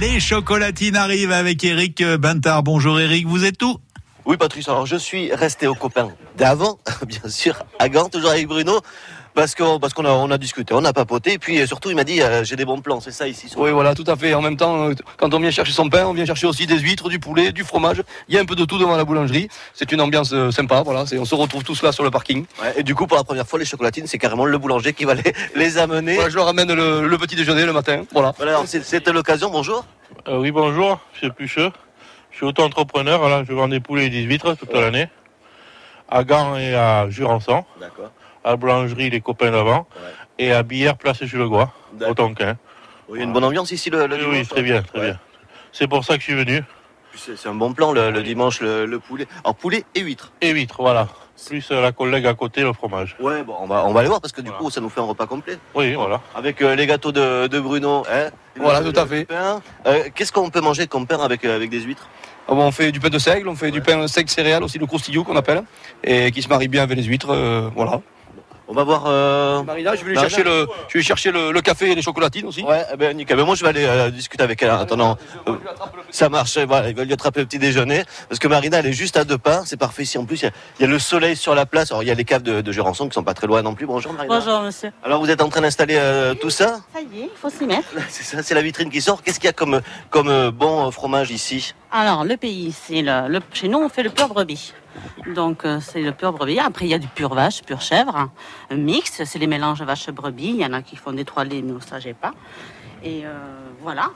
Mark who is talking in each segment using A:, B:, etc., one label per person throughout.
A: Les chocolatines arrivent avec Eric Bintard. Bonjour Eric, vous êtes où
B: Oui, Patrice, alors je suis resté au copain d'avant, bien sûr, à Gand, toujours avec Bruno. Parce qu'on parce qu'on a, on a discuté, on a papoté, et puis euh, surtout il m'a dit euh, j'ai des bons plans, c'est ça ici. sur-
C: Oui, voilà, tout à fait. En même temps, euh, quand on vient chercher son pain, on vient chercher aussi des huîtres, du poulet, du fromage. Il y a un peu de tout devant la boulangerie. C'est une ambiance euh, sympa, voilà. C'est- On se retrouve tous là sur le parking.
B: Ouais, et du coup pour la première fois les chocolatines, c'est carrément le boulanger qui va les, les amener.
C: Voilà, je leur amène le, le petit déjeuner le matin, voilà.
B: Voilà, alors, c'est- c'était l'occasion, bonjour.
D: Euh, oui, bonjour, je suis Pucheux. Je suis auto-entrepreneur, voilà, je vends des poulets et des huîtres toute
B: Ouais.
D: l'année. À Gand et à Jurançon,
B: D'accord.
D: à la Boulangerie, les copains d'avant,
B: Ouais.
D: et à Billère, place Julegois, au
B: D'accord.
D: Tonquin.
B: Il y a une bonne ambiance ici le, le
D: Oui,
B: dimanche,
D: oui, très
B: hein.
D: bien, très
B: Ouais.
D: bien. C'est pour ça que je suis venu.
B: Puis C'est c'est un bon plan le, le dimanche le, le poulet. Alors poulet et huîtres.
D: Et huîtres, voilà. Plus euh, la collègue à côté, le fromage.
B: Ouais, bon, on va, on va aller voir parce que du
D: Voilà.
B: coup ça nous fait un repas complet.
D: Oui, voilà.
B: Avec euh, les gâteaux de, de Bruno, hein
C: Voilà, tout à
B: Le
C: fait.
B: pain. Euh, Qu'est-ce qu'on peut manger comme pain avec, euh, avec des huîtres
C: Ah bon, On fait du pain de seigle, on fait du
B: Ouais.
C: pain seigle céréales, aussi le croustillou qu'on appelle, et qui se marie bien avec les huîtres, euh, voilà.
B: On va voir. euh,
C: Marina, je vais lui
B: Marina.
C: chercher, le, je vais lui chercher le, le café et les chocolatines aussi.
B: Ouais, eh ben, nickel. Mais moi, je vais aller euh, discuter avec elle. en attendant, euh, ça marche. euh, Voilà, ils veulent lui attraper le petit déjeuner. Parce que Marina, elle est juste à deux pas. C'est parfait. Ici, en plus, il y a- il y, a le soleil sur la place. Alors, il y a les caves de, de Jurançon qui sont pas très loin non plus. Bonjour, Marina.
E: Bonjour monsieur.
B: Alors, vous êtes en train d'installer euh, tout ça
E: Ça y est, il faut s'y mettre.
B: C'est ça, c'est la vitrine qui sort. Qu'est-ce qu'il y a comme, comme euh, bon euh, fromage ici
E: Alors le pays, c'est le, le- chez nous on fait le pur brebis. Donc euh, c'est le pur brebis. Après il y a du pur vache, pur chèvre, hein. Un mix, c'est les mélanges vache brebis. Il y en a qui font des trois laits, nous ça j'ai pas. Et euh, voilà.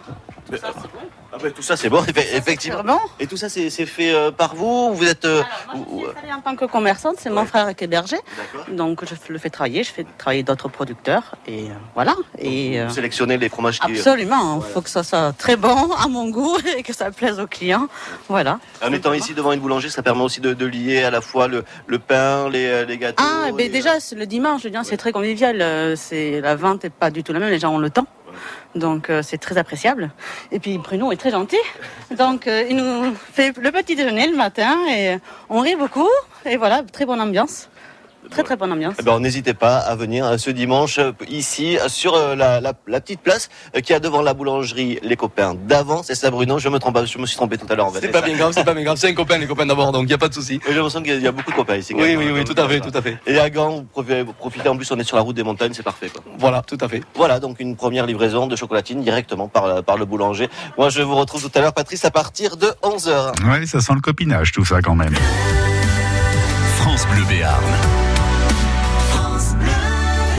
E: Tout ça c'est bon.
B: ah ben, Tout ça, c'est bon, effe- effectivement.
E: Sûrement.
B: Et tout ça, c'est c'est fait euh, par vous ou Vous êtes. euh,
E: Alors moi je
B: ou-
E: suis installée en tant que commerçante, c'est mon
B: Ouais.
E: frère qui est berger.
B: D'accord.
E: Donc je le fais travailler, je fais travailler d'autres producteurs et euh, voilà. Et euh,
B: Vous sélectionnez les fromages qui.
E: Absolument, il faut que ça soit très bon à mon goût et que ça plaise aux clients. Voilà.
B: euh, En étant ici devant une boulangerie, ça permet aussi de, de lier à la fois le, le pain, les, euh, les gâteaux.
E: Ah, ben
B: les-
E: déjà, c'est le dimanche, je veux dire, c'est très convivial. euh, C'est La vente n'est pas du tout la même, les gens ont le temps. Donc, euh, c'est très appréciable. Et puis, Bruno est très gentil. Donc, euh, il nous fait le petit déjeuner le matin et on rit beaucoup. Et voilà, très bonne ambiance. Très, très bonne ambiance.
B: Eh ben, n'hésitez pas à venir euh, ce dimanche euh, ici euh, sur euh, la, la- la petite place euh, qu'il y a devant la boulangerie Les Copains d'avant. C'est ça, Bruno Je me trompe pas, je me suis trompé tout à l'heure. en fait,
C: C'est
B: c'est
C: pas
B: ça.
C: bien grave, c'est pas bien grave. C'est un copain, les copains d'abord, donc il n'y a pas de souci.
B: Mais J'ai l'impression qu'il y a- il y a beaucoup de copains ici. quand
C: Oui,
B: même,
C: oui,
B: hein,
C: oui,
B: comme
C: tout à
B: ça.
C: fait, tout à fait.
B: Et à Gand, vous profitez, vous profitez. en plus, on est sur la route des montagnes, c'est parfait. quoi.
C: Voilà, tout à fait.
B: Voilà, donc une première livraison de chocolatine directement par, la- par le boulanger. Moi, je vous retrouve tout à l'heure, Patrice, à partir de 11h.
A: Ouais, ça sent le copinage tout ça quand même.
F: France Bleu Béarn.